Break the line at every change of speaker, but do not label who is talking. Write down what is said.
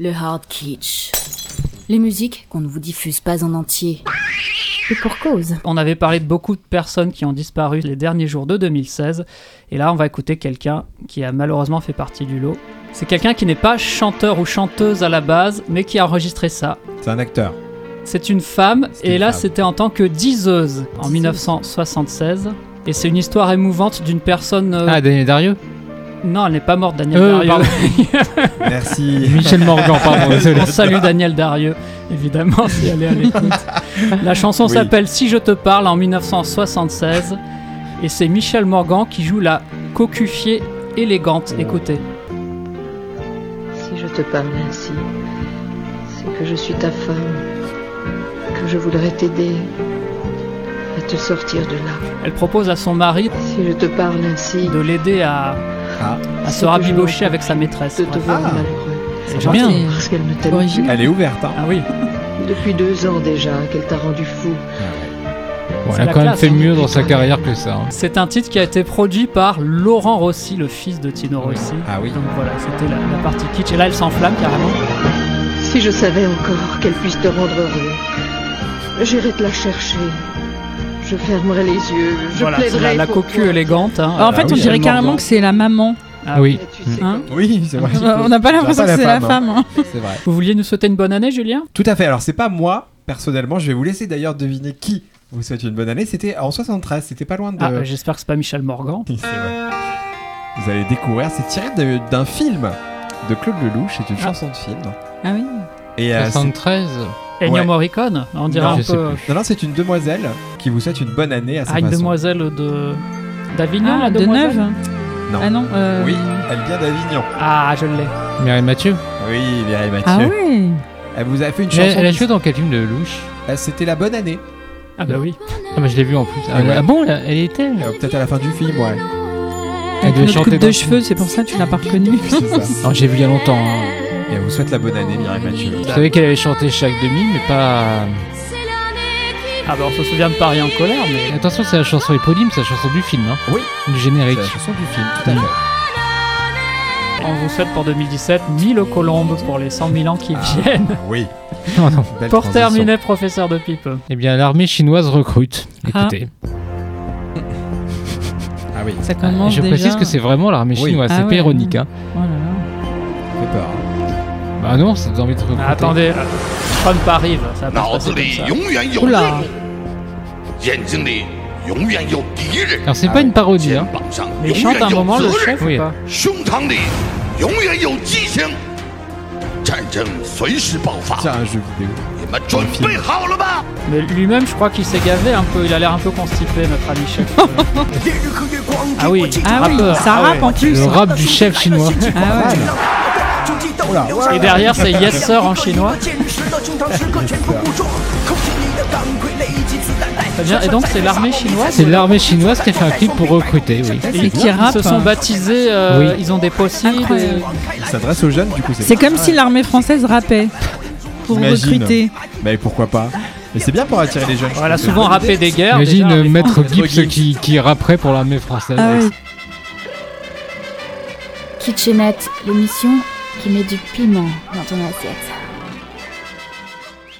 le hard kitsch. Les musiques qu'on ne vous diffuse pas en entier. Et pour cause.
On avait parlé de beaucoup de personnes qui ont disparu les derniers jours de 2016. Et là, on va écouter quelqu'un qui a malheureusement fait partie du lot. C'est quelqu'un qui n'est pas chanteur ou chanteuse à la base, mais qui a enregistré ça.
C'est un acteur.
C'est une femme,
C'est une
et là
femme.
c'était en tant que diseuse en
Diseuse.
1976. Et c'est une histoire émouvante d'une personne. euh,
Ah, Daniel Dario
Non, elle n'est pas morte, Daniel
Euh,
Darieux.
pardon.
Merci.
Michel Morgan, pardon, désolé.
On salue Daniel Darieux, évidemment, si elle est à l'écoute. La chanson
Oui.
s'appelle Si je te parle en 1976. Et c'est Michel Morgan qui joue la cocufiée élégante. Écoutez.
Si je te parle ainsi, c'est que je suis ta femme, que je voudrais t'aider à te sortir de là.
Elle propose à son mari
Si je te parle ainsi,
de l'aider à,
Ah.
à se rabibocher avec sa maîtresse.
de te voir
Ah.
malheureux,
C'est
Bien.
gentil.
parce qu'elle ne t'aime
Origine.
plus.
Elle est ouverte, hein.
Ah oui.
Depuis deux ans déjà qu'elle t'a rendu fou.
Bon,
C'est
elle a
la
quand même
classe,
fait
hein.
mieux dans sa carrière que ça. hein.
C'est un titre qui a été produit par Laurent Rossi, le fils de Tino Rossi.
Ah oui.
Donc voilà, c'était la, la partie kitsch. Et là, elle s'enflamme carrément.
Si je savais encore qu'elle puisse te rendre heureux, j'irais te la chercher. Je fermerais les yeux, je
voilà, c'est la,
plaiderais
la
pour
cocu
toi.
élégante. hein.
en
Ah
fait,
oui,
on
Michel
dirait
Morgan.
carrément que c'est la maman. Euh,
Ah
oui. Mm.
Mais tu sais
Hein
Oui, c'est vrai.
On n'a pas l'impression que
la
c'est la
femme,
femme. hein.
C'est vrai.
Vous vouliez nous souhaiter une bonne année, Julien
Tout à fait. Alors, c'est pas moi, personnellement. Je vais vous laisser d'ailleurs deviner qui vous souhaite une bonne année. C'était en 73. C'était pas loin de.
Ah, euh, j'espère que c'est pas Michel Morgan.
C'est vrai. Vous allez découvrir. C'est tiré de- d'un film de Claude Lelouch. C'est une
Ah.
chanson de film.
Ah oui.
Et euh, c'est-
73
Ennio
Ouais.
Morricone, on dirait un
Non,
je
peu
sais
euh,
non, non, c'est une demoiselle qui vous souhaite une bonne année à sa
ah, une
façon.
demoiselle de d'Avignon,
Ah,
la
de
demoiselle
neuve
Non.
Ah non. euh,
Oui, elle vient d'Avignon.
Ah, je l'ai.
Mireille Mathieu.
Oui, Mireille Mathieu.
Ah oui.
Elle vous a fait une
Elle,
chanson.
elle a
qui-
joué dans quel film de Lelouch
Euh, C'était la bonne année.
Ah bah oui.
Ah, bah je l'ai vu en plus. Ah,
Ouais.
ah bon, là, elle y était
Euh, Peut-être à la fin du film, ouais.
Elle devait
Avec notre
chanter
coupe
dans
de
le
cheveux, c'est Eh, pour ça que tu l'as pas reconnue.
C'est ça.
Alors, j'ai vu il y a longtemps. hein.
Et elle vous souhaite la bonne année, Mireille Mathieu.
Je savais qu'elle avait chanté chaque demi, mais pas. euh,
Ah bah on se souvient de Paris en colère, mais
Attention, c'est la chanson éponyme, c'est la chanson du film, hein.
Oui.
Du
C'est
générique.
la chanson du film, tout à
Mm.
fait.
on vous souhaite pour 2017 mille colombes pour les 100 000 ans qui viennent.
Ah, oui.
Non, non.
Belle
Pour
transition.
terminer, professeur de pipe.
Eh bien, l'armée chinoise recrute.
Ah.
Écoutez,
Ah oui,
Ça commence
je
déjà.
précise que c'est vraiment l'armée
Oui.
chinoise,
Ah
c'est pas
ouais.
ironique. Hein.
Oh là là.
ça fait peur. hein.
Bah non, ça donne envie de recruter.
Ah, attendez, euh, Trump arrive, ça va pas se
脑
passer
子
comme
里
ça.
永远有
Oula.
任务，眼睛里永远有敌人，
Alors, c'est
Ah
pas une parodie,
肩
hein.
膀上
Mais
永
il chante
远
un
有
moment le
责任，
chef
Oui.
ou pas
胸膛里永远有激情。战争随时爆发，
Tiens, un jeu vidéo.
你们准备好了吗？
Mais lui-même, je crois qu'il s'est gavé un peu, il a l'air un peu constipé, notre ami chef. ah oui,
Ah oui,
rappeur.
ça
Ah
rappe
ouais.
en plus.
Le rap du chef chinois.
Ah ouais.
Ah
Et derrière, c'est Yes Sir en chinois. Très bien, et donc c'est l'armée chinoise
C'est l'armée chinoise qui a fait un clip pour recruter, oui.
Et
qui
ils- ils
rappe. hein
se sont baptisés, euh,
Oui.
ils ont des possibles.
Incroyable.
Il s'adresse aux jeunes, du coup,
C'est comme si l'armée française rappait pour
Imagine.
recruter.
Mais pourquoi pas Mais c'est bien pour attirer les jeunes. je
Voilà,
trouve.
souvent rappé des guerres.
Imagine
déjà,
euh,
les
Maître
Français.
Gibbs qui, qui rapperait pour l'armée française.
Ah ouais.
Kitchenette, l'émission qui met du piment dans ton assiette.